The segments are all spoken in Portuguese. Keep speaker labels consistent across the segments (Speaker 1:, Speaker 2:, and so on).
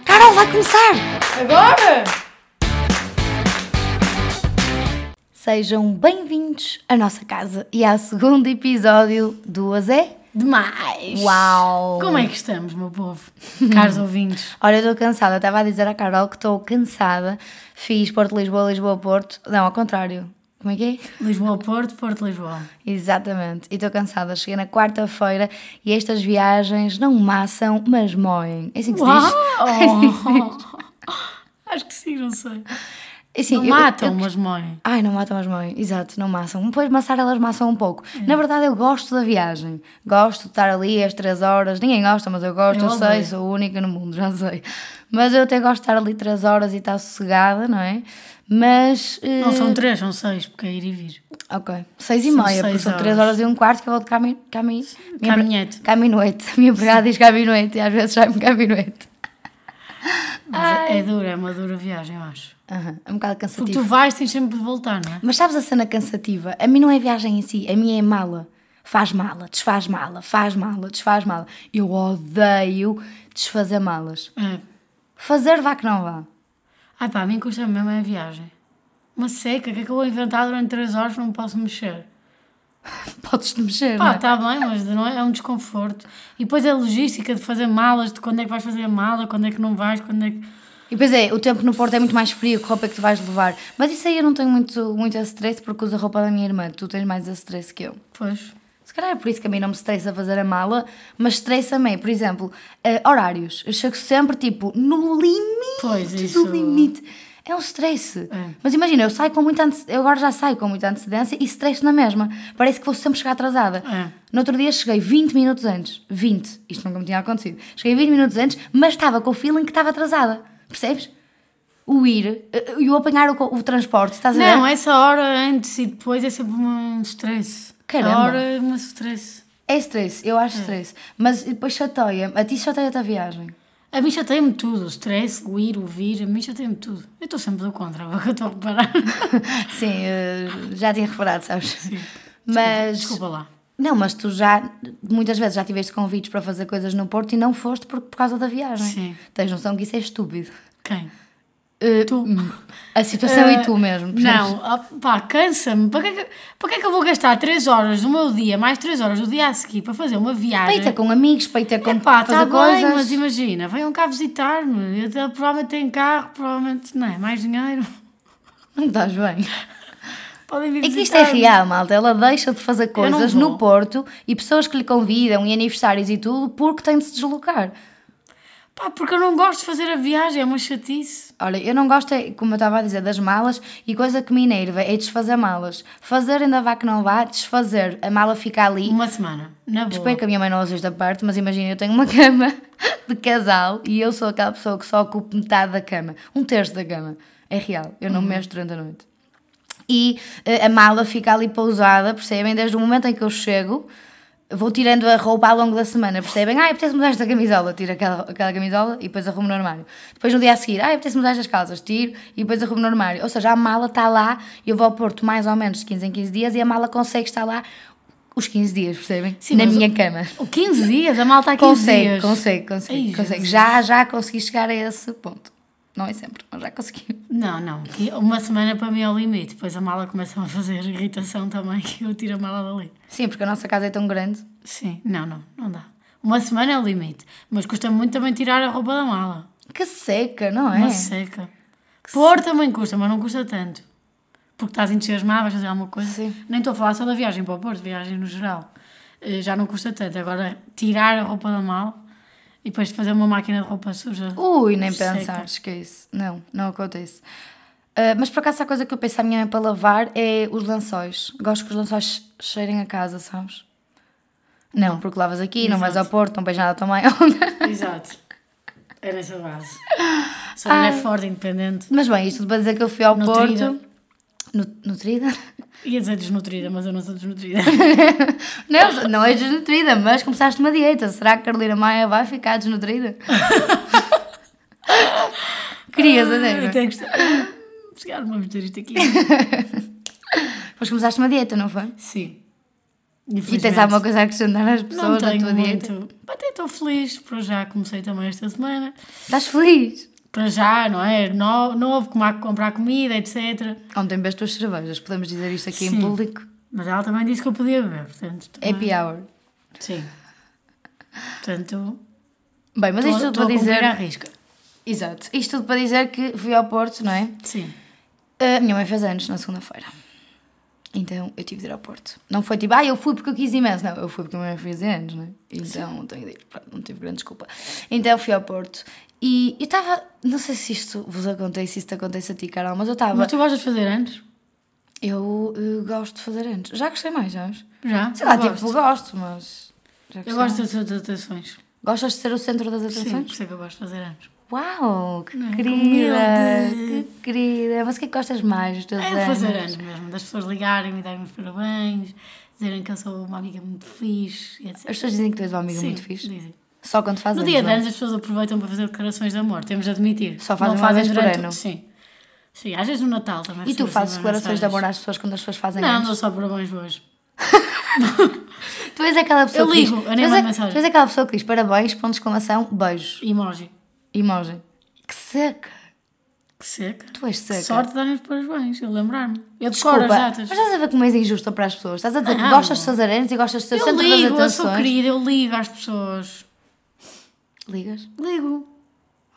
Speaker 1: Então vai começar!
Speaker 2: Agora?
Speaker 1: Sejam bem-vindos à nossa casa e ao segundo episódio do Azé.
Speaker 2: Demais!
Speaker 1: Uau!
Speaker 2: Como é que estamos, meu povo? Caros ouvintes.
Speaker 1: Olha, eu estou cansada. Estava a dizer à Carol que estou cansada. Fiz Porto Lisboa, Lisboa Porto. Não, ao contrário. Como é que é?
Speaker 2: Lisboa, Porto, Porto, Lisboa.
Speaker 1: Exatamente. E estou cansada. Cheguei na quarta-feira e estas viagens não maçam, mas moem. É assim que se diz? Oh.
Speaker 2: Uau! Acho que sim, não sei.
Speaker 1: É Assim,
Speaker 2: não
Speaker 1: eu-
Speaker 2: matam,
Speaker 1: eu-
Speaker 2: mas moem.
Speaker 1: Ai, não matam as mães, exato, não maçam. Depois de maçar, elas maçam um pouco. Na verdade, eu gosto da viagem. Gosto de estar ali às três horas. Ninguém gosta, mas eu gosto, eu,
Speaker 2: Eu
Speaker 1: sei,
Speaker 2: odeio.
Speaker 1: sou única no mundo, já sei. Mas eu até gosto de estar ali três horas e estar sossegada, não é? Mas. eh,
Speaker 2: Não são três, são seis, porque é ir e vir.
Speaker 1: Ok, seis e
Speaker 2: São
Speaker 1: meia, porque
Speaker 2: seis
Speaker 1: são três
Speaker 2: horas.
Speaker 1: horas e um quarto que eu vou de cami... cami... minha-
Speaker 2: Caminhete.
Speaker 1: Caminoete. A minha empregada diz caminoete e às vezes já me caminoete.
Speaker 2: Mas é é dura, é uma dura viagem, eu acho.
Speaker 1: Aham, É um bocado cansativo.
Speaker 2: Porque tu vais, tens sempre de voltar, não é?
Speaker 1: Mas sabes a cena cansativa? A mim não é viagem em si, a minha é mala. Faz mala, desfaz mala, faz mala, desfaz mala. Eu odeio desfazer malas.
Speaker 2: É.
Speaker 1: Fazer vá que não vá.
Speaker 2: Ai pá, a mim custa mesmo a viagem. Uma seca, que é que eu vou inventar durante três horas não posso mexer?
Speaker 1: Podes-te mexer, não
Speaker 2: Pá,
Speaker 1: é?
Speaker 2: está bem, mas não é, é um desconforto. E depois a logística de fazer malas, de quando é que vais fazer a mala, quando é que não vais, quando é que.
Speaker 1: E pois é, o tempo no Porto é muito mais frio, que roupa é que tu vais levar? Mas isso aí eu não tenho muito, muito esse stress porque uso a roupa da minha irmã, tu tens mais esse stress que eu.
Speaker 2: Pois.
Speaker 1: Se calhar é por isso que a mim não me estressa fazer a mala, mas estressa-me, é, por exemplo, eh, horários. Eu chego sempre, tipo, no limite
Speaker 2: Pois, isso.
Speaker 1: do limite. É um stress.
Speaker 2: É.
Speaker 1: Mas imagina, eu saio com muita antece- eu agora já saio com muita antecedência e stress na mesma. Parece que vou sempre chegar atrasada.
Speaker 2: É.
Speaker 1: No outro dia cheguei 20 minutos antes. 20. Isto nunca me tinha acontecido. Cheguei 20 minutos antes, mas estava com o feeling que estava atrasada. Percebes? O ir eh, e o apanhar o, co- o transporte, estás a ver?
Speaker 2: Não, é- essa hora antes e depois é sempre um stress.
Speaker 1: Caramba.
Speaker 2: A hora é um stress.
Speaker 1: É stress, eu acho stress. Mas depois chateia. A ti chateia-te a viagem.
Speaker 2: A mim chateia-me tudo, o stress, o ir, o vir, a mim chateia-me tudo. Eu estou sempre do contra, agora que eu estou a reparar.
Speaker 1: Sim, eh, já tinha reparado, sabes? Mas.
Speaker 2: Desculpa lá.
Speaker 1: Não, mas tu já, muitas vezes já tiveste convites para fazer coisas no Porto e não foste por, por causa da viagem.
Speaker 2: Sim.
Speaker 1: Tens noção que isso é estúpido.
Speaker 2: Quem?
Speaker 1: Eh,
Speaker 2: Tu.
Speaker 1: A situação
Speaker 2: Eh,
Speaker 1: e tu mesmo. percebes?
Speaker 2: Não, ah, pá, cansa-me. Para que, é que- para que é que eu vou gastar 3 horas do meu dia, mais 3 horas do dia a seguir, para fazer uma viagem?
Speaker 1: Peita com amigos, peita com
Speaker 2: Epá,
Speaker 1: fazer
Speaker 2: está
Speaker 1: coisas.
Speaker 2: bem, mas imagina, venham cá visitar-me. Eu te- provavelmente tenho carro, provavelmente não é, mais dinheiro.
Speaker 1: Não estás bem.
Speaker 2: Podem vir
Speaker 1: É que isto é
Speaker 2: visitar-me.
Speaker 1: real, malta. Ela deixa de fazer
Speaker 2: Eu não
Speaker 1: coisas
Speaker 2: vou.
Speaker 1: no Porto e pessoas que lhe convidam e aniversários e tudo porque tem de se deslocar.
Speaker 2: Pá, porque eu não gosto de fazer a viagem, é uma chatice.
Speaker 1: Olha, eu não gosto, é, como eu estava a dizer, das malas e coisa que me enerva é desfazer malas. Fazer ainda vá que não vá, desfazer. A mala fica ali.
Speaker 2: Uma semana, na boa.
Speaker 1: Espero que a minha mãe não ajude da parte, mas imagina, eu tenho uma cama de casal e eu sou aquela pessoa que só ocupo metade da cama, um terço da cama. É real, eu não me mexo durante a noite. E eh, a mala fica ali pousada, percebem? Desde o momento em que eu chego, vou tirando a roupa ao longo da semana, percebem? Ah, apetece mudar esta camisola, tiro aquela, aquela camisola e depois arrumo no armário. Depois no dia a seguir, ah, apetece mudar estas calças, tiro e depois arrumo no armário. Ou seja, a mala está lá, eu vou ao Porto mais ou menos de 15 em 15 dias e a mala consegue estar lá os 15 dias, percebem?
Speaker 2: Sim,
Speaker 1: Na
Speaker 2: mas-
Speaker 1: minha cama.
Speaker 2: Oh, 15 dias, a malta há 15
Speaker 1: Consegue,
Speaker 2: dias.
Speaker 1: consegue, consegue,
Speaker 2: Ai,
Speaker 1: consegue.
Speaker 2: Jesus.
Speaker 1: Já, já consegui chegar a esse ponto. Não é sempre, mas já consegui.
Speaker 2: Não, não, que- uma semana para mim é o limite. Depois a mala começa a fazer irritação também, que eu tiro a mala dali.
Speaker 1: Sim, porque a nossa casa é tão grande.
Speaker 2: Sim, não, não, não dá. Uma semana é o limite, mas custa muito também tirar a roupa da mala.
Speaker 1: Que seca, não é?
Speaker 2: Uma seca. Pôr também custa, mas não custa tanto. Porque estás entusiasmado, vais fazer alguma coisa.
Speaker 1: Sim.
Speaker 2: Nem estou a falar só da viagem para o Porto, viagem no geral. Eh, Já não custa tanto. Agora, tirar a roupa da mala e depois fazer uma máquina de roupa suja.
Speaker 1: Ui, nem
Speaker 2: Seca.
Speaker 1: pensar, esquece. Não, não acontece. Ah, mas por acaso a coisa que eu penso à minha mãe para lavar é os lençóis. Gosto que os lençóis cheirem a casa, sabes? Não, porque lavas aqui, não vais ao
Speaker 2: Exato.
Speaker 1: Porto, não vais nada também.
Speaker 2: Exato. Era essa base. Só não é forte, independente.
Speaker 1: mas bem, isto tudo para dizer que eu fui ao
Speaker 2: Nutrida.
Speaker 1: Porto. Nu- Nutrida?
Speaker 2: Ia dizer desnutrida, mas eu não sou desnutrida.
Speaker 1: Não, não és desnutrida, mas começaste uma dieta. Será que Carolina Maia vai ficar desnutrida? Querias,
Speaker 2: Ah,
Speaker 1: é? até.
Speaker 2: Eu até gostava. Se calhar não vamos ter isto aqui.
Speaker 1: Mas começaste uma dieta, não foi?
Speaker 2: Sim.
Speaker 1: E tens alguma coisa a acrescentar às
Speaker 2: Não
Speaker 1: pessoas da
Speaker 2: tenho
Speaker 1: tua dieta?
Speaker 2: muito. Até estou feliz, por já comecei também esta semana.
Speaker 1: Estás feliz?
Speaker 2: para já, não é? No- Novo, como há que comprar comida, etc.
Speaker 1: Ontem bebeste duas cervejas, podemos dizer isto aqui
Speaker 2: Sim. Hum.
Speaker 1: em público.
Speaker 2: Mas ela também disse que eu podia beber, portanto. também-
Speaker 1: Happy hour.
Speaker 2: Sim. Portanto,
Speaker 1: Bem, mas isto
Speaker 2: estou-
Speaker 1: tudo
Speaker 2: estou a
Speaker 1: para
Speaker 2: cumprir à
Speaker 1: dizer.
Speaker 2: risca.
Speaker 1: Exato. Isto tudo para dizer que fui ao Porto, não é?
Speaker 2: Sim.
Speaker 1: A minha mãe fez anos na segunda-feira. Então eu tive de ir ao Porto. Não foi tipo, ah, eu fui porque eu quis imenso. Não, eu fui porque a minha mãe fez anos, não é? Então tenho de ir. Pronto, não tive grande desculpa. Então fui ao Porto e eu estava. Não sei se isto vos acontece, se isto acontece a ti, Carol, mas eu estava.
Speaker 2: Mas tu gostas de fazer anos?
Speaker 1: Eu eh, gosto de fazer anos. Já gostei mais, sabes?
Speaker 2: Já?
Speaker 1: Sei lá,
Speaker 2: eu
Speaker 1: tipo,
Speaker 2: gosto.
Speaker 1: gosto, mas. já gostei
Speaker 2: Eu
Speaker 1: mais.
Speaker 2: gosto das suas atrações.
Speaker 1: Gostas de ser o centro das
Speaker 2: Sim,
Speaker 1: atenções?
Speaker 2: por isso é que eu gosto de fazer anos.
Speaker 1: Uau, que
Speaker 2: Não é?
Speaker 1: querida!
Speaker 2: Que
Speaker 1: Que
Speaker 2: humilde.
Speaker 1: querida! Mas o que é que gostas mais dos teus
Speaker 2: É
Speaker 1: anos?
Speaker 2: fazer anos mesmo, das pessoas ligarem, me darem os parabéns, dizerem que eu sou uma amiga muito fixe, etc.
Speaker 1: As pessoas dizem que tu és uma amiga
Speaker 2: Sim,
Speaker 1: muito fixe.
Speaker 2: dizem.
Speaker 1: Só quando fazes
Speaker 2: No dia de
Speaker 1: anos.
Speaker 2: anos as pessoas aproveitam para fazer declarações de amor, temos de admitir.
Speaker 1: Só fazem
Speaker 2: Não
Speaker 1: uma vez por
Speaker 2: durante-
Speaker 1: ano.
Speaker 2: Sim. Sim, às vezes no Natal também.
Speaker 1: não é? E tu
Speaker 2: recebo
Speaker 1: fazes
Speaker 2: umas
Speaker 1: declarações de amor
Speaker 2: mensagens.
Speaker 1: às pessoas quando as pessoas fazem
Speaker 2: Não,
Speaker 1: anos?
Speaker 2: dou só parabéns boas.
Speaker 1: Tu és aquela pessoa
Speaker 2: Eu
Speaker 1: que
Speaker 2: ligo,
Speaker 1: diz...
Speaker 2: eu nem
Speaker 1: tu és
Speaker 2: mando
Speaker 1: a-
Speaker 2: mensagem.
Speaker 1: Tu és aquela pessoa que diz parabéns, ponto de exclamação, beijos.
Speaker 2: Emoji.
Speaker 1: Emoji. Que seca!
Speaker 2: Que seca.
Speaker 1: Tu és seca.
Speaker 2: Que sorte de darem os parabéns, eu lembrar-me. Eu decoro
Speaker 1: Desculpa,
Speaker 2: as
Speaker 1: mas
Speaker 2: datas. Ah,
Speaker 1: estás a ver como és injusta para as pessoas? Estás a dizer que
Speaker 2: Não.
Speaker 1: gostas de fazer anos e gostas de ser o
Speaker 2: Eu
Speaker 1: centro
Speaker 2: ligo, eu
Speaker 1: das
Speaker 2: sou
Speaker 1: atenções?
Speaker 2: querida, eu ligo às pessoas.
Speaker 1: Ligas?
Speaker 2: Ligo.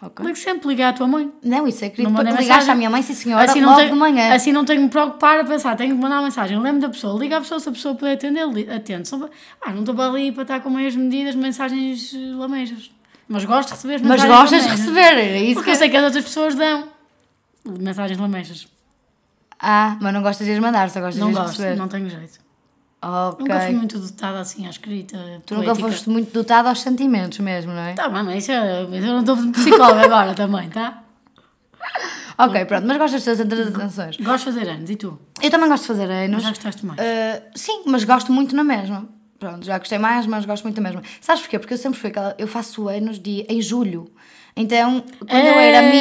Speaker 1: Ok.
Speaker 2: Ligo sempre, ligar à tua mãe.
Speaker 1: Não, isso é querido.
Speaker 2: Não
Speaker 1: Para
Speaker 2: mandei
Speaker 1: que ligaste
Speaker 2: mensagem.
Speaker 1: à minha mãe, sim senhora,
Speaker 2: assim, não
Speaker 1: logo
Speaker 2: tenho,
Speaker 1: de manhã.
Speaker 2: assim não tenho que me preocupar a pensar, tenho que mandar uma mensagem. Lembro da pessoa, liga à pessoa se a pessoa puder atender, li- atendo. Só para- Ah, não estou para ali para estar com meias medidas, mensagens eh, lamejas. Mas gosto de receber
Speaker 1: Mas
Speaker 2: mensagens
Speaker 1: gostas de
Speaker 2: lamejas.
Speaker 1: receber, é isso
Speaker 2: Porque
Speaker 1: que...
Speaker 2: eu sei que as outras pessoas dão mensagens lamejas.
Speaker 1: Ah, mas não gostas de as mandar, só gostas
Speaker 2: Não
Speaker 1: de as
Speaker 2: gosto,
Speaker 1: receber.
Speaker 2: não tenho jeito.
Speaker 1: Ok.
Speaker 2: Nunca fui muito dotada assim à escrita.
Speaker 1: Tu nunca foste muito dotada aos sentimentos mesmo, não é?
Speaker 2: Tá bem, mas isso é- mas eu não estou de psicóloga agora também, tá?
Speaker 1: Ok, pronto, mas gostas de fazer tantas atenções.
Speaker 2: Gosto de fazer anos, e tu?
Speaker 1: Eu também gosto de fazer anos.
Speaker 2: Já gostaste mais?
Speaker 1: Ah, sim, mas gosto muito na mesma. Pronto, já gostei mais, mas gosto muito na mesma. Sabes porquê? Porque eu sempre fui aquela. Eu faço anos de, em julho. Então, quando eu era
Speaker 2: Ei,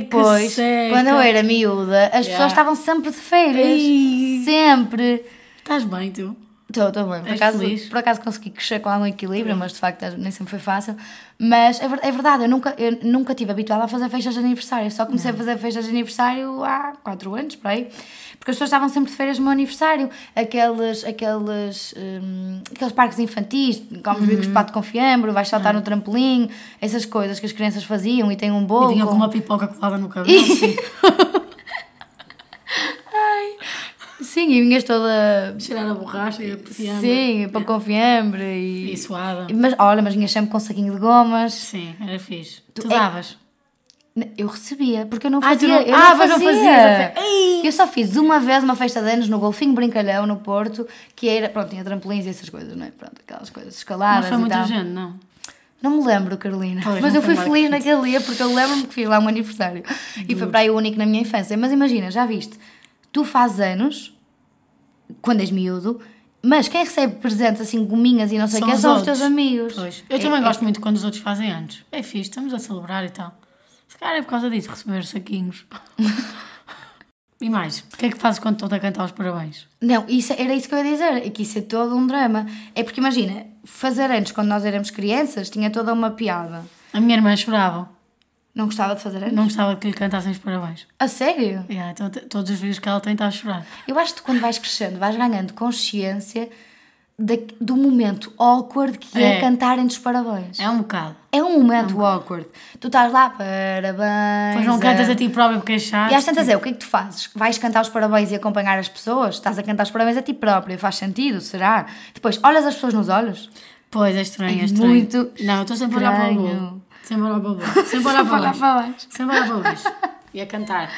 Speaker 1: miúda.
Speaker 2: que
Speaker 1: Pois,
Speaker 2: seca.
Speaker 1: quando eu era miúda, as
Speaker 2: Yeah.
Speaker 1: pessoas estavam sempre de férias.
Speaker 2: Ei.
Speaker 1: Sempre.
Speaker 2: Estás bem, tu?
Speaker 1: Estou, estou bem. Por
Speaker 2: És
Speaker 1: acaso,
Speaker 2: feliz?
Speaker 1: por acaso consegui crescer com algum equilíbrio, mas de facto é, nem sempre foi fácil. Mas é, ver- é verdade, eu nunca, eu nunca estive habituada a fazer festas de aniversário. Só comecei a fazer festas de aniversário há 4 anos, por aí. Porque as pessoas estavam sempre de férias no meu aniversário. Aqueles, aqueles, hum, aqueles parques infantis, comes bicos
Speaker 2: Uhum.
Speaker 1: de pato com fiambre, vais saltar no trampolim, essas coisas que as crianças faziam e tem um bolo.
Speaker 2: E vinha
Speaker 1: com-
Speaker 2: com uma pipoca colada no cabelo. assim, Sim.
Speaker 1: Sim, e vinhas toda.
Speaker 2: Cheirar a borracha e a persiana.
Speaker 1: Sim, para com fiambre
Speaker 2: E
Speaker 1: e.
Speaker 2: suada.
Speaker 1: Mas olha, mas vinhas sempre com um saquinho de gomas.
Speaker 2: Sim, era fixe. Tu,
Speaker 1: é-
Speaker 2: davas?
Speaker 1: N- Eu recebia, porque eu não
Speaker 2: Ah, tu
Speaker 1: fazia.
Speaker 2: não-
Speaker 1: eu
Speaker 2: ah,
Speaker 1: não
Speaker 2: mas não
Speaker 1: fazia.
Speaker 2: fazias a fe- Ei!
Speaker 1: Eu só fiz uma vez uma festa de anos no Golfinho Brincalhão, no Porto, que era. Pronto, tinha trampolins e essas coisas, não é? Pronto, aquelas coisas
Speaker 2: Não
Speaker 1: escaladas
Speaker 2: foi
Speaker 1: e
Speaker 2: muita
Speaker 1: tal.
Speaker 2: gente, não.
Speaker 1: Não me lembro, Carolina.
Speaker 2: Pois,
Speaker 1: mas
Speaker 2: não
Speaker 1: eu fui
Speaker 2: foi
Speaker 1: feliz naquele dia, porque eu lembro-me que fiz lá um aniversário. E foi para aí o único na minha infância. Mas imagina, já viste, tu fazes anos, quando és miúdo. Mas quem recebe presentes assim, gominhas e não sei o
Speaker 2: São
Speaker 1: que,
Speaker 2: os
Speaker 1: são os
Speaker 2: outros.
Speaker 1: teus amigos.
Speaker 2: Pois. Eu
Speaker 1: É-
Speaker 2: também
Speaker 1: é-
Speaker 2: gosto muito quando os outros fazem anos. É fixe, estamos a celebrar e tal. Se calhar é por causa disso, receber saquinhos. e mais, o que é que fazes quando estou a cantar os parabéns?
Speaker 1: Não, isso, era isso que eu ia dizer, é que isso é todo um drama. É porque imagina, fazer antes, quando nós éramos crianças, tinha toda uma piada.
Speaker 2: A minha irmã chorava.
Speaker 1: Não gostava de fazer antes?
Speaker 2: Não gostava que lhe cantassem os parabéns.
Speaker 1: A sério?
Speaker 2: Yeah, então, t- todos os vídeos que ela tem está a chorar.
Speaker 1: Eu acho que quando vais crescendo, vais ganhando consciência da- do momento awkward que é,
Speaker 2: É.
Speaker 1: cantarem os parabéns.
Speaker 2: É um bocado.
Speaker 1: É um momento awkward. Tu estás lá, parabéns.
Speaker 2: Pois não cantas a ti própria porque é chato.
Speaker 1: E às tantas é, o que é que tu fazes? Vais cantar os parabéns e acompanhar as pessoas? Estás a cantar os parabéns a ti própria? Faz sentido? Será? Depois, olhas as pessoas nos olhos?
Speaker 2: Pois, é estranho,
Speaker 1: É
Speaker 2: é estranho.
Speaker 1: muito
Speaker 2: Não, eu estou sempre a olhar para o
Speaker 1: estranho.
Speaker 2: bolo. Sempre a olhar para o bolo. Sempre a olhar para o
Speaker 1: Falar
Speaker 2: bolo.
Speaker 1: para baixo.
Speaker 2: Sempre a bolas. E a cantar.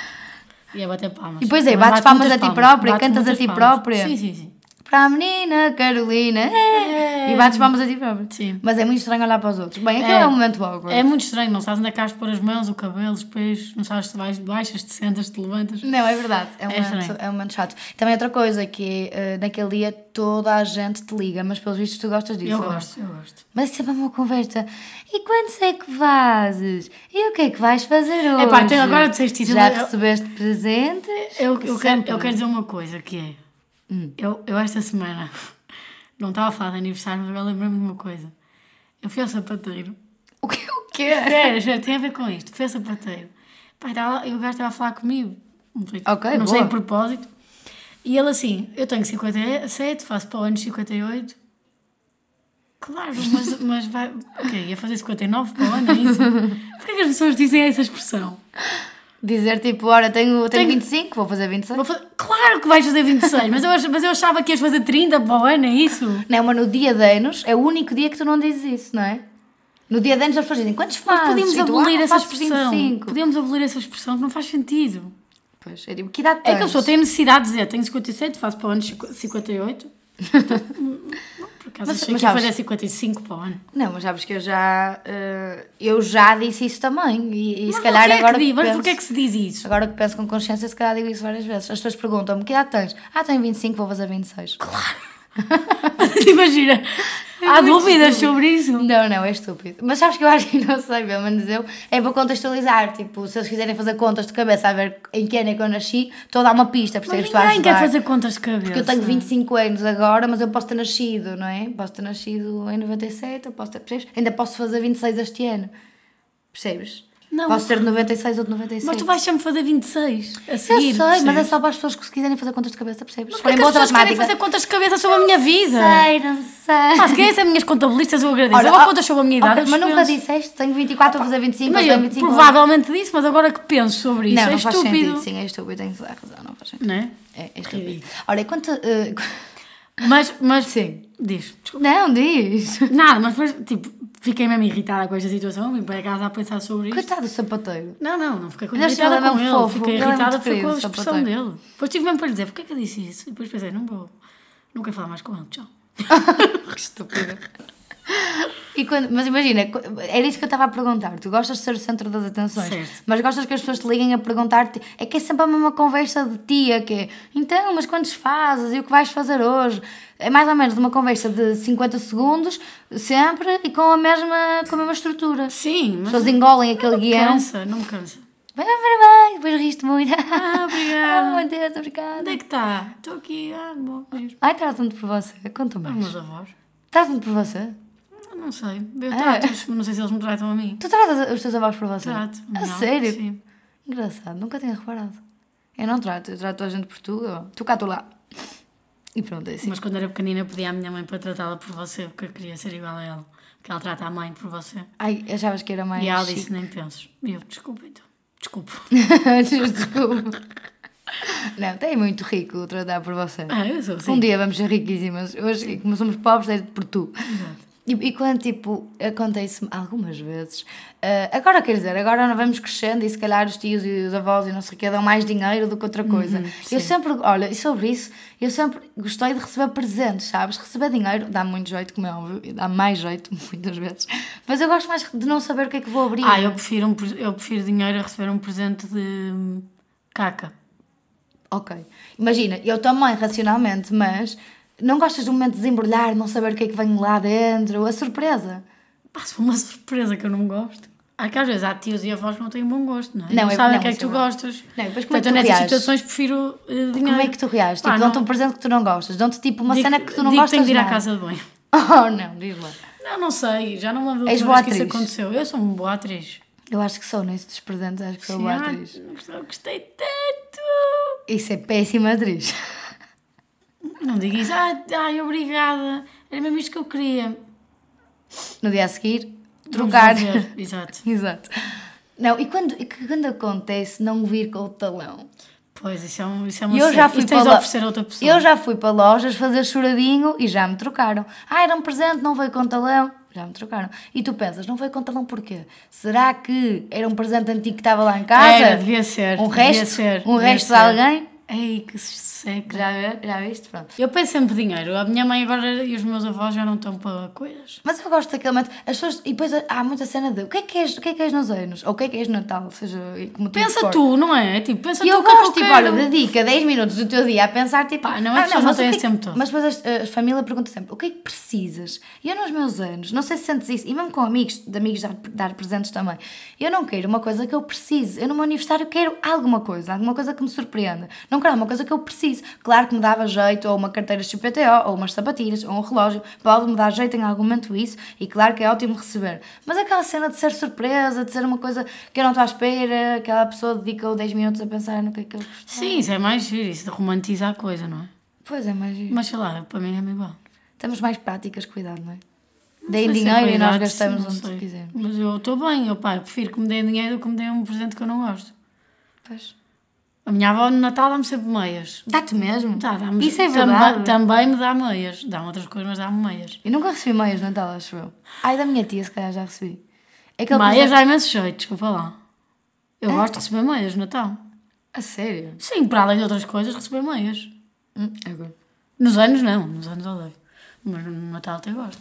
Speaker 2: E a bater palmas.
Speaker 1: E depois é,
Speaker 2: Também
Speaker 1: bates
Speaker 2: bato
Speaker 1: palmas
Speaker 2: muitas
Speaker 1: a ti própria,
Speaker 2: bato
Speaker 1: cantas a
Speaker 2: muitas
Speaker 1: ti
Speaker 2: palmas.
Speaker 1: própria.
Speaker 2: Sim, sim, sim.
Speaker 1: Para a menina Carolina é. e bates palmas a ti próprio.
Speaker 2: Sim.
Speaker 1: Mas é muito estranho olhar para os outros. Bem, aquele é,
Speaker 2: É.
Speaker 1: um momento awkward.
Speaker 2: É muito estranho, não sabes onde é que has de pôr as mãos, o cabelo, os pés, não sabes se vais, baixas, te sentas, te levantas.
Speaker 1: Não, é verdade. É um,
Speaker 2: É
Speaker 1: momento,
Speaker 2: estranho.
Speaker 1: é um momento chato. Também outra coisa que é, eh, naquele dia toda a gente te liga, mas pelos vistos tu gostas disso.
Speaker 2: Eu
Speaker 1: não é?
Speaker 2: gosto, eu gosto.
Speaker 1: Mas isso é uma conversa. E quando é que fazes? E o que é que vais fazer hoje?
Speaker 2: Epá, então agora disseste isso,
Speaker 1: Já
Speaker 2: eu-
Speaker 1: recebeste presentes?
Speaker 2: Eu, eu, quero,
Speaker 1: Sempre. Hum.
Speaker 2: eu quero dizer uma coisa que é. Eu, eu esta semana não estava a falar de aniversário, mas agora lembrei-me de uma coisa. Eu fui ao sapateiro.
Speaker 1: O que o quê?
Speaker 2: Sério, sério, tem a ver com isto. Fui ao sapateiro Pá, tava, e o gajo estava a falar comigo. Não sei,
Speaker 1: Ok,
Speaker 2: não
Speaker 1: boa.
Speaker 2: sei de propósito. E ele assim, eu tenho 57, faço para o ano 58. Claro, mas, mas vai. Ok, ia fazer 59 para o ano, é isso? Porquê que as pessoas dizem essa expressão?
Speaker 1: Dizer tipo, ora, tenho, tenho
Speaker 2: Tenho-
Speaker 1: 25, vou fazer 26.
Speaker 2: Vou fazer- Claro que vais fazer 26, mas eu, ach- mas eu achava que ias fazer 30 para o ano, é isso?
Speaker 1: Não, mas no dia de anos é o único dia que tu não dizes isso, não é? No dia de anos as pessoas dizem quantos fazes?
Speaker 2: Mas podíamos
Speaker 1: E tu,
Speaker 2: abolir
Speaker 1: "Ah,
Speaker 2: essa
Speaker 1: faço
Speaker 2: expressão.
Speaker 1: 25."
Speaker 2: Podíamos abolir essa expressão que não faz sentido.
Speaker 1: Pois, é tipo, que idade
Speaker 2: É que a
Speaker 1: tens?
Speaker 2: pessoa tem necessidade de dizer, tenho 57, faço para o ano 58. Hum, Por acaso
Speaker 1: Mas-
Speaker 2: achei
Speaker 1: mas
Speaker 2: que ia
Speaker 1: sabes-
Speaker 2: fazer 55 para o ano.
Speaker 1: Não, mas sabes que eu já, eh, eu já disse isso também. E, e se
Speaker 2: Mas
Speaker 1: calhar
Speaker 2: porquê é que
Speaker 1: agora.
Speaker 2: diz? Mas
Speaker 1: penso-
Speaker 2: porquê é que se diz isso?
Speaker 1: Agora que penso com consciência, se calhar digo isso várias vezes. As pessoas perguntam-me que idade tens? Ah, tenho 25, vou fazer 26.
Speaker 2: Imagina, há
Speaker 1: É muito
Speaker 2: dúvidas sobre isso?
Speaker 1: Não, não, é estúpido. Mas sabes que eu acho que não sei, pelo menos eu. É para contextualizar. Tipo, se eles quiserem fazer contas de cabeça a ver em que ano é que eu nasci, estou a dar uma pista, porque
Speaker 2: Mas
Speaker 1: estou a
Speaker 2: ninguém
Speaker 1: ajudar.
Speaker 2: quer fazer contas de cabeça.
Speaker 1: Porque eu tenho 25 anos agora, mas eu posso ter nascido, não é? Posso ter nascido em 97, eu posso ter, percebes? Ainda posso fazer 26 este ano. Percebes?
Speaker 2: Não,
Speaker 1: posso ser de 96 ou de 97.
Speaker 2: Mas tu vais sempre fazer 26 a
Speaker 1: Eu
Speaker 2: seguir.
Speaker 1: sei, mas é
Speaker 2: percebes?
Speaker 1: só para as pessoas que se quiserem fazer contas de cabeça, percebes?
Speaker 2: Mas porquê é que as pessoas querem fazer contas de cabeça sobre a minha vida?
Speaker 1: Sei, não sei.
Speaker 2: Ah, se querem ser minhas contabilistas, eu agradeço.
Speaker 1: Olha,
Speaker 2: Agora
Speaker 1: ó-
Speaker 2: contas sobre a minha idade.
Speaker 1: ok,
Speaker 2: eu
Speaker 1: mas nunca
Speaker 2: dispenso.
Speaker 1: disseste, tenho 24, vou fazer 25,
Speaker 2: Imagina,
Speaker 1: tenho 25. vou-
Speaker 2: provavelmente disse, mas agora que penso sobre isso,
Speaker 1: Não,
Speaker 2: é
Speaker 1: não faz
Speaker 2: estúpido.
Speaker 1: sentido, sim, é estúpido, tens a razão, não faz sentido.
Speaker 2: Não é?
Speaker 1: É, é estúpido.
Speaker 2: Ridículo.
Speaker 1: Ora, e quanto... eh,
Speaker 2: Mas, mas sim, diz.
Speaker 1: não, diz.
Speaker 2: Nada, mas depois, tipo, fiquei mesmo irritada com esta situação, vim para casa a pensar sobre isto.
Speaker 1: Coitado do sapateiro.
Speaker 2: Não, não, não fiquei
Speaker 1: Mas
Speaker 2: irritada
Speaker 1: ele é
Speaker 2: com
Speaker 1: mesmo
Speaker 2: ele,
Speaker 1: fofo,
Speaker 2: fiquei
Speaker 1: ele é
Speaker 2: irritada
Speaker 1: muito
Speaker 2: foi com a
Speaker 1: querido,
Speaker 2: expressão
Speaker 1: sapateiro.
Speaker 2: dele. Depois tive mesmo para lhe dizer, porquê é que eu disse isso? E depois pensei, não vou, não quero falar mais com ele, tchau.
Speaker 1: Que estúpido. E quando, mas imagina, qu- era isso que eu estava a perguntar. Tu gostas de ser o centro das atenções,
Speaker 2: Certo.
Speaker 1: mas gostas que as pessoas te liguem a perguntar-te. É que é sempre a mesma conversa de tia, que é então, mas quantos fazes e o que vais fazer hoje? É mais ou menos uma conversa de 50 segundos, sempre e com a mesma, com a mesma estrutura. As
Speaker 2: Sim, mas é
Speaker 1: pessoas engolem aquele
Speaker 2: não me
Speaker 1: guião.
Speaker 2: cansa, não me cansa.
Speaker 1: Bem, bem, bem, depois riste muito.
Speaker 2: Ah,
Speaker 1: Ah,
Speaker 2: obrigada.
Speaker 1: meu Deus, obrigada.
Speaker 2: Onde é que está? Estou aqui, ah, bom, beijo.
Speaker 1: Ai, tratam-me por você. Conta
Speaker 2: Os
Speaker 1: mais.
Speaker 2: meus avós.
Speaker 1: Tratam-me por você.
Speaker 2: Ah, Não sei, eu
Speaker 1: Ah.
Speaker 2: trato-os, não sei se eles me tratam a mim.
Speaker 1: Tu tratas os teus avós por você?
Speaker 2: Trato.
Speaker 1: A
Speaker 2: não,
Speaker 1: sério?
Speaker 2: Sim.
Speaker 1: Engraçado, nunca tinha reparado. Eu não trato, eu trato a gente por tu, eu- tu cá, tu lá. E pronto, é assim.
Speaker 2: Mas quando era pequenina eu pedi à minha mãe para tratá-la por você, porque eu queria ser igual a ela. Porque ela trata a mãe por você.
Speaker 1: Ai, achavas que era mais.
Speaker 2: e ela
Speaker 1: chique.
Speaker 2: disse, nem penses. E eu, desculpa então. Desculpa.
Speaker 1: Desculpa. Não, tem muito rico tratar por você.
Speaker 2: ah, eu sou assim.
Speaker 1: Um dia vamos ser riquíssimas. Hoje, como somos pobres, é por tu. E, e quando, tipo, acontece-me algumas vezes, ah, agora quer dizer, agora nós vamos crescendo e se calhar os tios e os avós e não sei o que dão mais dinheiro do que
Speaker 2: Uhum,
Speaker 1: outra coisa. eu sempre, olha, e sobre isso, eu sempre gostei de receber presentes, sabes? Receber dinheiro dá muito jeito, como é óbvio, e dá mais jeito muitas vezes, mas eu gosto mais de não saber o que é que vou abrir.
Speaker 2: Ah, eu prefiro, um pre- eu prefiro dinheiro a receber um presente de hum, caca.
Speaker 1: Ok. Imagina, eu também, racionalmente, mas não gostas do momento de desembrulhar, não saber o que é que vem lá dentro, a surpresa.
Speaker 2: Pá, se for uma surpresa que eu não gosto. Há que às vezes há tios e avós que não têm bom gosto, não é?
Speaker 1: Não,
Speaker 2: Não,
Speaker 1: é-
Speaker 2: sabem
Speaker 1: não,
Speaker 2: o que é que
Speaker 1: isso é
Speaker 2: tu
Speaker 1: verdade.
Speaker 2: gostas.
Speaker 1: Não, e depois como é que
Speaker 2: Portanto,
Speaker 1: tu
Speaker 2: nessas
Speaker 1: reages?
Speaker 2: situações prefiro eh, dinheiro.
Speaker 1: Como é que tu reages?
Speaker 2: Pá,
Speaker 1: Tipo,
Speaker 2: não-
Speaker 1: dão-te um presente que tu não gostas, dão-te tipo uma
Speaker 2: Digo-
Speaker 1: cena que tu não é?
Speaker 2: digo
Speaker 1: gostas
Speaker 2: tenho de ir à
Speaker 1: nada.
Speaker 2: casa de banho.
Speaker 1: Oh, não, diz lá.
Speaker 2: Não, não sei, já não lembro da
Speaker 1: És
Speaker 2: última
Speaker 1: boa
Speaker 2: vez que isso
Speaker 1: atriz.
Speaker 2: aconteceu. Eu sou uma boa atriz.
Speaker 1: Eu acho que sou nisso dos presentes, acho que sou boa
Speaker 2: Ah,
Speaker 1: atriz.
Speaker 2: não gostei- gostei tanto.
Speaker 1: Isso é péssima atriz.
Speaker 2: Não diga isso. Ai, ai, obrigada. Era mesmo isto que eu queria.
Speaker 1: No dia a seguir,
Speaker 2: Vamos
Speaker 1: trocar.
Speaker 2: fazer. Exato.
Speaker 1: Exato. Não, e quando, e que- quando acontece não vir com o talão?
Speaker 2: Pois, isso é, um, isso é uma
Speaker 1: Eu
Speaker 2: cena.
Speaker 1: já fui
Speaker 2: Isso tens de
Speaker 1: para lá-
Speaker 2: oferecer a outra pessoa.
Speaker 1: Eu já fui para lojas fazer choradinho e já me trocaram. Ah, era um presente, não veio com talão. Já me trocaram. E tu pensas, não veio com talão porquê? Será que era um presente antigo que estava lá em casa?
Speaker 2: Era, devia ser.
Speaker 1: Um
Speaker 2: devia
Speaker 1: resto?
Speaker 2: ser,
Speaker 1: um
Speaker 2: devia
Speaker 1: resto
Speaker 2: ser.
Speaker 1: de alguém?
Speaker 2: Ei, que seca.
Speaker 1: Já, vi- já viste? Pronto.
Speaker 2: Eu peço sempre dinheiro. A minha mãe agora e os meus avós já não estão para coisas.
Speaker 1: Mas eu gosto daquele momento. As pessoas. E depois há muita cena de o que é que és, o que é que és nos anos? Ou o que é que és no Natal? Seja como tu
Speaker 2: Pensa
Speaker 1: for.
Speaker 2: tu, não é? Tipo, pensa
Speaker 1: E
Speaker 2: tu
Speaker 1: eu
Speaker 2: o que é que
Speaker 1: gosto, tipo, olha,
Speaker 2: quero.
Speaker 1: dedica 10 minutos do teu dia a pensar, tipo...
Speaker 2: Pá, não, as pessoas não
Speaker 1: mas o
Speaker 2: têm
Speaker 1: que é
Speaker 2: esse
Speaker 1: que-
Speaker 2: tempo todo.
Speaker 1: Mas depois a, a família pergunta sempre, o que é que precisas? E eu nos meus anos, não sei se sentes isso, e mesmo com amigos, de amigos dar, dar presentes também, eu não quero uma coisa que eu precise. Eu no meu aniversário quero alguma coisa, alguma coisa que me surpreenda. Não quero uma coisa que eu preciso. Claro que me dava jeito, ou uma carteira XPTO, ou umas sapatilhas, ou um relógio. Pode me dar jeito em algum momento isso, e claro que é ótimo receber. Mas aquela cena de ser surpresa, de ser uma coisa que eu não estou à espera, aquela pessoa dedicou 10 minutos a pensar no que é que eu gostava.
Speaker 2: Sim, isso é mais giro, isso de romantizar a coisa, não é?
Speaker 1: Pois é, mas
Speaker 2: Mas sei lá, para mim é igual.
Speaker 1: estamos mais práticas, cuidado, não é? Deem
Speaker 2: Não sei se é
Speaker 1: dinheiro e nós
Speaker 2: vaidade,
Speaker 1: gastamos
Speaker 2: não sei.
Speaker 1: onde quisermos.
Speaker 2: Mas eu estou bem, eu pá, eu prefiro que me deem dinheiro do que me deem um presente que eu não gosto.
Speaker 1: Pois.
Speaker 2: A minha avó no Natal dá-me sempre meias.
Speaker 1: Dá-te mesmo?
Speaker 2: Tá, dá-me-
Speaker 1: Isso é
Speaker 2: tamba-
Speaker 1: verdade.
Speaker 2: também me dá meias. Dá-me outras coisas, mas dá-me meias.
Speaker 1: Eu nunca recebi meias de Natal, acho eu. Ai, da minha tia, se calhar já recebi. É Aquele
Speaker 2: Meias
Speaker 1: presente-
Speaker 2: dá imenso jeito, desculpa lá. Eu gosto de receber meias no Natal.
Speaker 1: A sério?
Speaker 2: Sim, para além de outras coisas, receber meias.
Speaker 1: Hum, agora.
Speaker 2: Nos anos não, nos anos odeio. Mas no Natal até gosto.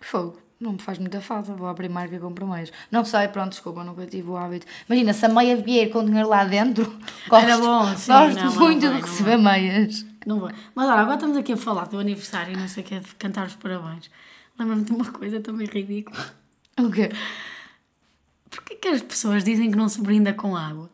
Speaker 1: Fogo. Não me faz muita falta, vou à primarca e compro meias. Não sei, pronto, desculpa, nunca tive o hábito. Imagina, se a meia vier com dinheiro lá dentro, gosto,
Speaker 2: Era bom,
Speaker 1: gosto
Speaker 2: sim, não, mas não
Speaker 1: muito
Speaker 2: vai,
Speaker 1: de
Speaker 2: não
Speaker 1: receber meias.
Speaker 2: Não vou. Mas olha, agora estamos aqui a falar do aniversário e não sei o que é de cantar os parabéns. Lembra-me de uma coisa também ridícula.
Speaker 1: O quê?
Speaker 2: Porquê que as pessoas dizem que não se brinda com água?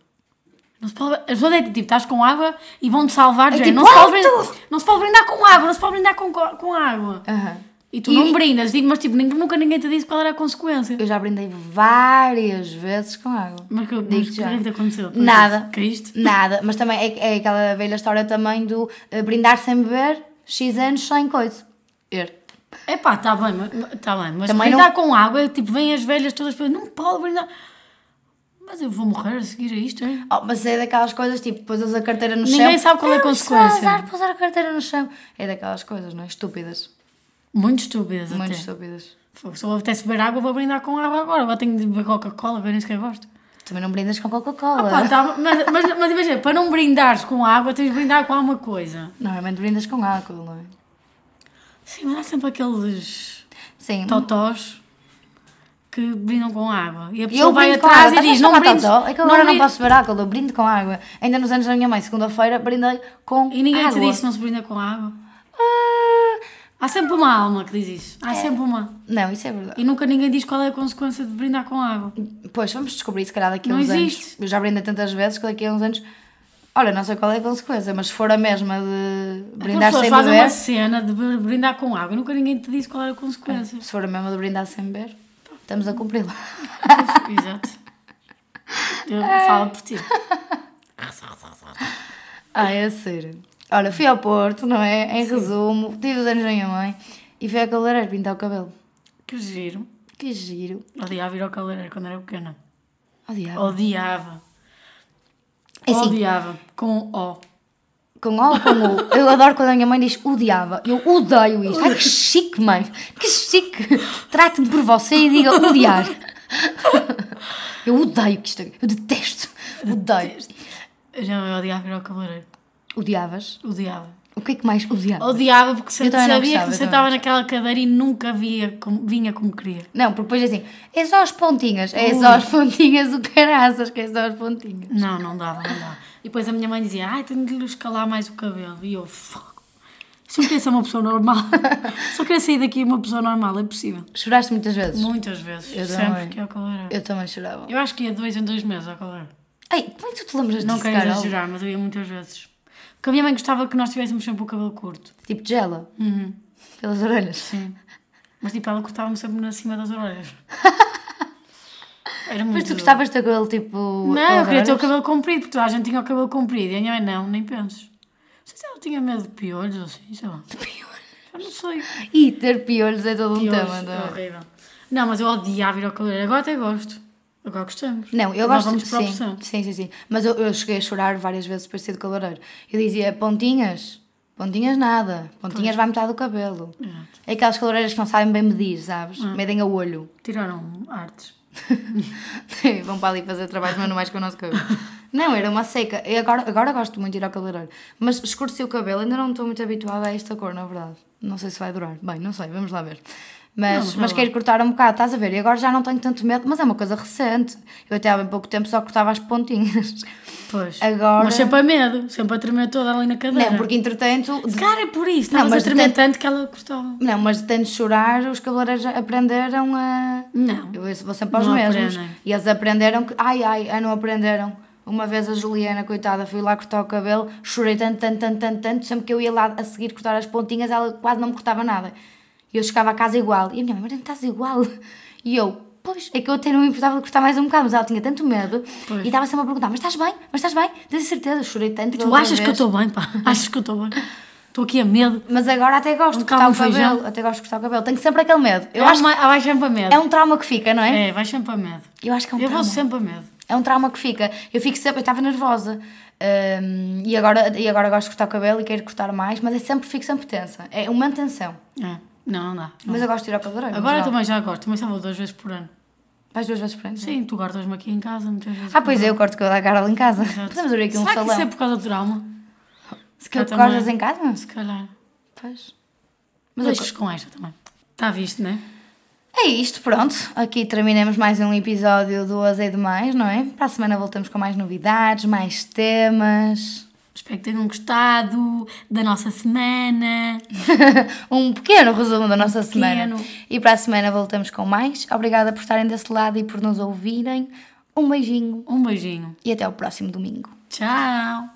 Speaker 2: Não se pode... As pessoas é tipo, estás com água e vão-te salvar.
Speaker 1: É
Speaker 2: já.
Speaker 1: tipo,
Speaker 2: não, se pode
Speaker 1: "Ai, tu!"
Speaker 2: brindar, não se pode brindar com água, não se pode brindar com, co- com água.
Speaker 1: Aham.
Speaker 2: E tu
Speaker 1: E-
Speaker 2: não brindas, digo, mas tipo, ninguém- nunca ninguém te disse qual era a consequência.
Speaker 1: Eu já brindei várias vezes com água.
Speaker 2: Mas que mas
Speaker 1: Digo
Speaker 2: o que
Speaker 1: já.
Speaker 2: é que te aconteceu? Por
Speaker 1: Nada.
Speaker 2: isso, Caíste?
Speaker 1: Nada, mas também é, é aquela velha história também do eh, brindar sem beber, X anos sem coisa. Er.
Speaker 2: É pá, está bem, mas, tá bem, mas
Speaker 1: Também
Speaker 2: brindar com água, tipo, vêm as velhas todas para não pode brindar. Mas eu vou morrer a seguir a isto, hein?
Speaker 1: Oh, mas é daquelas coisas tipo, pusas a carteira no chão.
Speaker 2: Ninguém sabe qual é a
Speaker 1: Ah,
Speaker 2: consequência.
Speaker 1: Mas azar, pôs a carteira no chão. É daquelas coisas, não é? Estúpidas.
Speaker 2: Muito estúpidas
Speaker 1: Muito
Speaker 2: até.
Speaker 1: estúpidas.
Speaker 2: Fogo, Se eu apetece beber água, vou brindar com água agora. Agora tenho de beber Coca-Cola, que eu nem sequer gosto.
Speaker 1: Também não brindas com
Speaker 2: Ah
Speaker 1: Coca-Cola.
Speaker 2: pá, tá, mas, mas, mas imagina, para não brindares com água, tens de brindar com alguma coisa.
Speaker 1: Normalmente brindas com álcool, não é?
Speaker 2: Sim, mas há sempre aqueles
Speaker 1: Sim.
Speaker 2: totós que brindam com água. E a
Speaker 1: E
Speaker 2: pessoa vai
Speaker 1: brindo com
Speaker 2: atrás
Speaker 1: água.
Speaker 2: e diz,
Speaker 1: Estás a
Speaker 2: não
Speaker 1: chamar
Speaker 2: brindes.
Speaker 1: totó? É que eu agora não
Speaker 2: brindes."
Speaker 1: posso beber álcool, eu brindo com água. Ainda nos anos da minha mãe, segunda-feira, brindei com
Speaker 2: E ninguém
Speaker 1: água.
Speaker 2: te disse, não se brinda com água.
Speaker 1: Ah,
Speaker 2: Há sempre uma alma que diz isso.
Speaker 1: É.
Speaker 2: Há sempre uma.
Speaker 1: Não, isso é verdade.
Speaker 2: E nunca ninguém diz qual é a consequência de brindar com água.
Speaker 1: Pois, vamos descobrir se calhar daqui a
Speaker 2: Não
Speaker 1: uns anos.
Speaker 2: existe.
Speaker 1: Eu já brindei tantas vezes que daqui a uns anos. Olha, não sei qual é a consequência, mas se for a mesma de
Speaker 2: As
Speaker 1: brindar
Speaker 2: pessoas
Speaker 1: sem
Speaker 2: fazem
Speaker 1: beber.
Speaker 2: uma cena de be- brindar com água e nunca ninguém te diz qual era a consequência.
Speaker 1: Se for a mesma de brindar sem beber, estamos a cumpri-la.
Speaker 2: Exato. Eu falo por ti.
Speaker 1: Ah, é sério. Olha, fui ao Porto, não é? Em resumo, tive os anos da minha mãe e fui ao cabeleireiro pintar o cabelo.
Speaker 2: Que giro.
Speaker 1: Que giro.
Speaker 2: Odiava ir ao cabeleireiro quando era pequena.
Speaker 1: Oh, diabo.
Speaker 2: Odiava.
Speaker 1: É assim.
Speaker 2: Odiava. Com O.
Speaker 1: Com O ou com U? Eu adoro quando a minha mãe diz odiava. Eu odeio isto. Ai, que chique, mãe. Que chique. Trate-me por você e diga odiar. Eu odeio que isto. é- Eu detesto. Odeio.
Speaker 2: Não, eu odiava ir ao cabeleireiro.
Speaker 1: Odiavas?
Speaker 2: Odiava.
Speaker 1: O que é que mais odiavas?
Speaker 2: Odiava porque se-
Speaker 1: Eu também não
Speaker 2: sabia
Speaker 1: gostava, eu
Speaker 2: que você
Speaker 1: também
Speaker 2: estava naquela cadeira e nunca via como- vinha como queria.
Speaker 1: Não, porque depois é assim, é só as pontinhas, é só as pontinhas o caraças, que é só as pontinhas.
Speaker 2: Não, não dava, não dava. E depois a minha mãe dizia, ai, tenho de lhe escalar mais o cabelo. E eu, fogo. Só queria ser uma pessoa normal. Só queria sair daqui uma pessoa normal, é possível.
Speaker 1: Choraste muitas vezes?
Speaker 2: Muitas vezes.
Speaker 1: Eu
Speaker 2: sempre
Speaker 1: também.
Speaker 2: que ia ao cabeleireiro. Eu...
Speaker 1: Eu também chorava.
Speaker 2: acho que ia dois em dois meses ao cabeleireiro.
Speaker 1: Ai, como é que tu te lembras
Speaker 2: Não
Speaker 1: disso,
Speaker 2: quero
Speaker 1: Carol?
Speaker 2: exagerar, mas eu ia muitas vezes. Porque a minha mãe gostava que nós tivéssemos sempre o cabelo curto.
Speaker 1: Tipo gela,
Speaker 2: Uhum.
Speaker 1: pelas orelhas.
Speaker 2: Sim. Mas tipo, ela cortava-me sempre na cima das orelhas. Era muito.
Speaker 1: Mas tu
Speaker 2: duro.
Speaker 1: gostavas ter cabelo tipo...
Speaker 2: Não, eu
Speaker 1: pelas
Speaker 2: queria ter o
Speaker 1: orelhas?
Speaker 2: cabelo comprido, porque toda a gente tinha o cabelo comprido. E a minha mãe, não, nem penses. Não sei se ela tinha medo de piolhos ou assim, sei lá. Eu não sei.
Speaker 1: E ter piolhos é todo um tema.
Speaker 2: Piolhos,
Speaker 1: não
Speaker 2: é
Speaker 1: é?
Speaker 2: horrível. Não, mas eu odiava ir ao cabeleireiro. Agora até gosto. Agora gostamos.
Speaker 1: Não, eu
Speaker 2: Agora
Speaker 1: gosto
Speaker 2: vamos para a
Speaker 1: sim,
Speaker 2: opção.
Speaker 1: sim, sim, sim. Mas eu, eu cheguei a chorar várias vezes depois de ser do cabeleireiro. Eu dizia pontinhas, pontinhas nada, pontinhas vai metade do cabelo.
Speaker 2: Exato. Ah.
Speaker 1: É aquelas cabeleireiras que não sabem bem medir, sabes? Medem a olho.
Speaker 2: Tiraram artes.
Speaker 1: Vão para ali fazer trabalhos manuais com o nosso cabelo. Não, era uma seca. E agora, agora gosto muito de ir ao cabeleireiro. Mas escureci o cabelo, ainda não estou muito habituada a esta cor, na verdade. Não sei se vai durar. Bem, não sei, vamos lá ver. Mas,
Speaker 2: Vamos lá
Speaker 1: mas
Speaker 2: ver.
Speaker 1: quero cortar um bocado, estás a ver? E agora já não tenho tanto medo, mas é uma coisa recente. Eu até há bem pouco tempo só cortava as pontinhas.
Speaker 2: Pois.
Speaker 1: Agora-
Speaker 2: Mas sempre a medo. Sempre a tremer toda ali na cadeira.
Speaker 1: Não, porque entretanto.
Speaker 2: Se
Speaker 1: de-
Speaker 2: calhar é por isso. Estavas
Speaker 1: mas
Speaker 2: a tremer
Speaker 1: depende-
Speaker 2: tanto que ela cortava.
Speaker 1: Não, mas de tanto chorar, os cabeleireiros já aprenderam a.
Speaker 2: Não.
Speaker 1: Eu vou sempre aos
Speaker 2: Não
Speaker 1: mesmos.
Speaker 2: aprendem.
Speaker 1: E eles aprenderam que. Ai, ai, ai, não aprenderam. Uma vez a Juliana, coitada, fui lá cortar o cabelo, chorei tanto, tanto, tanto, tanto, tanto, sempre que eu ia lá a seguir cortar as pontinhas, ela quase não me cortava nada. E eu chegava a casa igual. E a minha mãe, mas não estás igual. E eu, pois, é que eu até não me importava de cortar mais um bocado, mas ela tinha tanto medo.
Speaker 2: Pois.
Speaker 1: E estava sempre a perguntar, mas estás bem? Mas estás bem? Tens certeza? Chorei tanto. da
Speaker 2: Tu
Speaker 1: outra
Speaker 2: achas que eu
Speaker 1: vez.
Speaker 2: estou bem, pá? Achas que eu estou bem? Estou aqui a medo.
Speaker 1: Mas agora até gosto
Speaker 2: Um
Speaker 1: de cortar
Speaker 2: caldo
Speaker 1: o
Speaker 2: de feijão.
Speaker 1: cabelo. Até gosto de cortar o cabelo. Tenho sempre aquele medo. Eu
Speaker 2: Eu
Speaker 1: acho
Speaker 2: acho que vais sempre a medo.
Speaker 1: é um trauma que fica, não é?
Speaker 2: É, vais sempre a medo.
Speaker 1: Eu acho que é um
Speaker 2: Eu vou
Speaker 1: trauma.
Speaker 2: sempre a medo.
Speaker 1: É um trauma que fica. Eu fico sempre, eu estava nervosa. Hum, e, agora, e agora gosto de cortar o cabelo e quero cortar mais, mas é sempre, fico sempre tensa. É uma tensão.
Speaker 2: É. Não, não dá.
Speaker 1: Mas eu gosto de ir ao cabeleireiro.
Speaker 2: Agora
Speaker 1: mas não.
Speaker 2: também já gosto, também só vou duas vezes por ano.
Speaker 1: Vais duas vezes por ano?
Speaker 2: Sim, tu cortas-me aqui em casa muitas vezes.
Speaker 1: Ah, pois é, eu corto o cabelo à Carol em casa.
Speaker 2: Exato.
Speaker 1: Podemos abrir aqui um
Speaker 2: Será que
Speaker 1: salão.
Speaker 2: isso é por causa do trauma?
Speaker 1: Se que eu
Speaker 2: também.
Speaker 1: cortas em casa?
Speaker 2: Se calhar.
Speaker 1: Pois. Mas
Speaker 2: Mas
Speaker 1: eu
Speaker 2: deixas com esta também. Está visto, não é?
Speaker 1: É isto, pronto. Aqui terminamos mais um episódio do Azeite Mais, não é? Para a semana voltamos com mais novidades, mais temas.
Speaker 2: Espero que tenham gostado da nossa semana.
Speaker 1: um pequeno resumo da nossa semana.
Speaker 2: pequeno.
Speaker 1: E para a semana voltamos com mais. Obrigada por estarem desse lado e por nos ouvirem. Um beijinho
Speaker 2: Um beijinho.
Speaker 1: e até ao próximo domingo.
Speaker 2: Tchau.